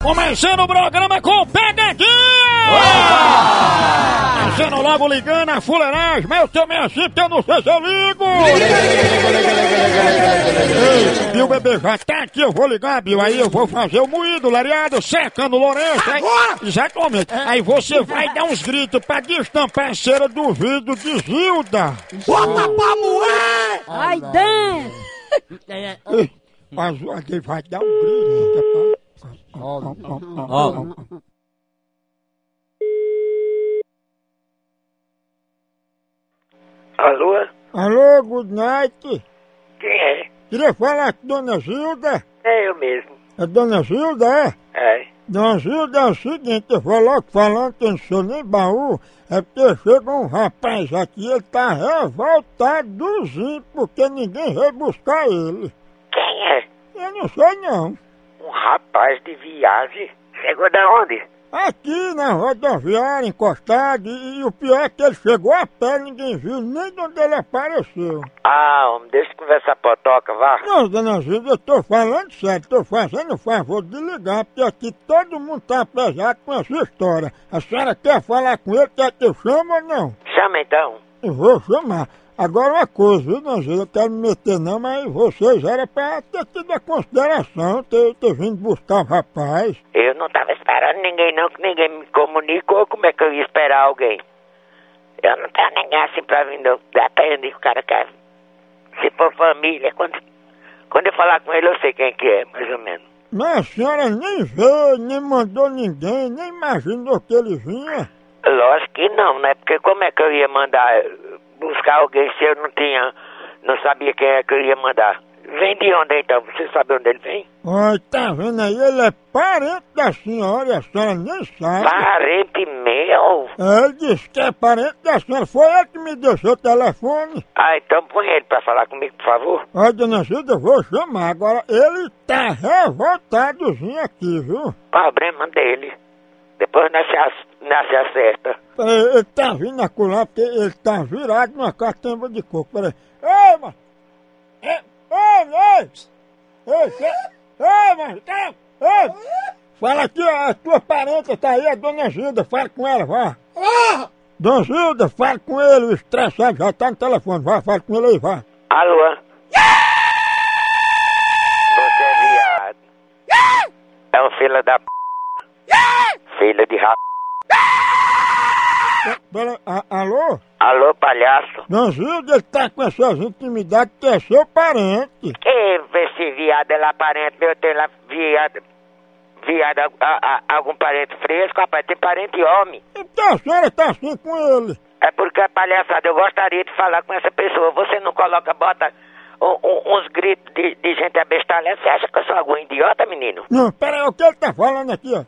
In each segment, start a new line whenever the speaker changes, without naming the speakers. Começando o programa com pegadinha! Começando logo ligando a fuleiragem, mas eu também assisto, eu não sei se eu ligo! Ei, Bill bebê já tá aqui, eu vou ligar, Bill, aí eu vou fazer o moído, lareado, secando o Lourenço. aí-
Agora!
Exatamente. Aí você vai dar uns gritos pra destampar a cera do vidro de Zilda.
Bota pra moer!
Ai, dentro!
Ei, Mas alguém vai dar um grito.
Alô?
Alô, good night.
Quem é?
Queria falar com Dona Zilda.
É eu mesmo.
É Dona Zilda, é?
É.
Dona Zilda é o seguinte, eu vou logo falando que eu não sou nem baú, é porque chega um rapaz aqui, ele tá revoltadozinho, porque ninguém veio buscar ele.
Quem é?
Eu não sei não.
Um rapaz de viagem. Chegou da onde?
Aqui na rodoviária, encostado, e, e o pior é que ele chegou a pé, ninguém viu nem de onde ele apareceu.
Ah, homem, deixa eu conversar potoca, vá.
Não, dona Zilda, eu tô falando sério, tô fazendo o favor de ligar, porque aqui todo mundo tá pesado com essa história. A senhora quer falar com ele, quer que eu chame ou não?
Chama então.
Eu vou chamar. Agora uma coisa, viu, dona Zilda, eu quero me meter não, mas vocês era pra ter tido a consideração, ter, ter vindo buscar o rapaz.
Eu não tava esperando ninguém não, que ninguém me comunicou. Como é que eu ia esperar alguém? Eu não tenho ninguém assim pra vir não. Dá pra eu dizer que o cara quer. Se for família, quando, quando eu falar com ele eu sei quem que é, mais ou menos.
Mas a senhora nem veio, nem mandou ninguém, nem imaginou que ele vinha.
Lógico que não, né? Porque como é que eu ia mandar eh, buscar alguém se eu não tinha, não sabia quem é que eu ia mandar? Vem de onde então? Você sabe onde ele vem?
Olha, tá vendo aí, ele é parente da senhora e a senhora nem sabe.
Parente meu!
É, Ele disse que é parente da senhora. Foi ele que me deu seu telefone.
Ah, então põe ele pra falar comigo, por favor.
Olha, dona Cida, eu vou chamar. Agora, ele tá revoltadozinho aqui, viu?
Problema dele. Depois nasce a, nasce a certa.
Peraí, Ele tá vindo acolá porque ele tá virado numa catampa de coco. Peraí. Ei, mas... Ei, ei, ei! pss. Ei, cê... ei, mas... Ei, ei! Fala aqui, ó, a tua parenta tá aí, a dona Gilda. Fala com ela, vá. Dona Gilda, fala com ele. O estressado já tá no telefone. Vá, fala com ele aí, vá.
Alô? Você é viado. É um filho da p. Filho de rap.
Pera, a- alô?
Alô, palhaço?
Dona Gilda, ele tá com essas intimidades que é seu parente.
Que esse viado é lá parente meu, tem lá viado. Viado, a- a- algum parente fresco, rapaz, tem parente homem.
Então a senhora tá assim com ele.
É porque é palhaçada, eu gostaria de falar com essa pessoa. Você não coloca, bota um- um- uns gritos de, de gente abestalhada. Você acha que eu sou algum idiota, menino?
Não, peraí, o que ele tá falando aqui, ó?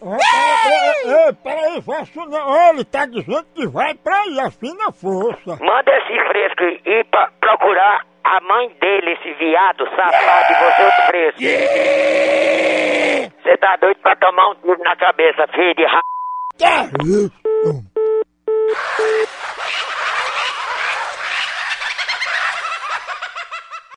Ó, Ei, ei, ei, peraí, faço não. Ó, Ele tá dizendo que vai pra aí, afina a força.
Manda esse fresco ir pra procurar a mãe dele, esse viado safado, e você outro fresco. Você tá doido pra tomar um tiro na cabeça, filho de ra...
Que é isso?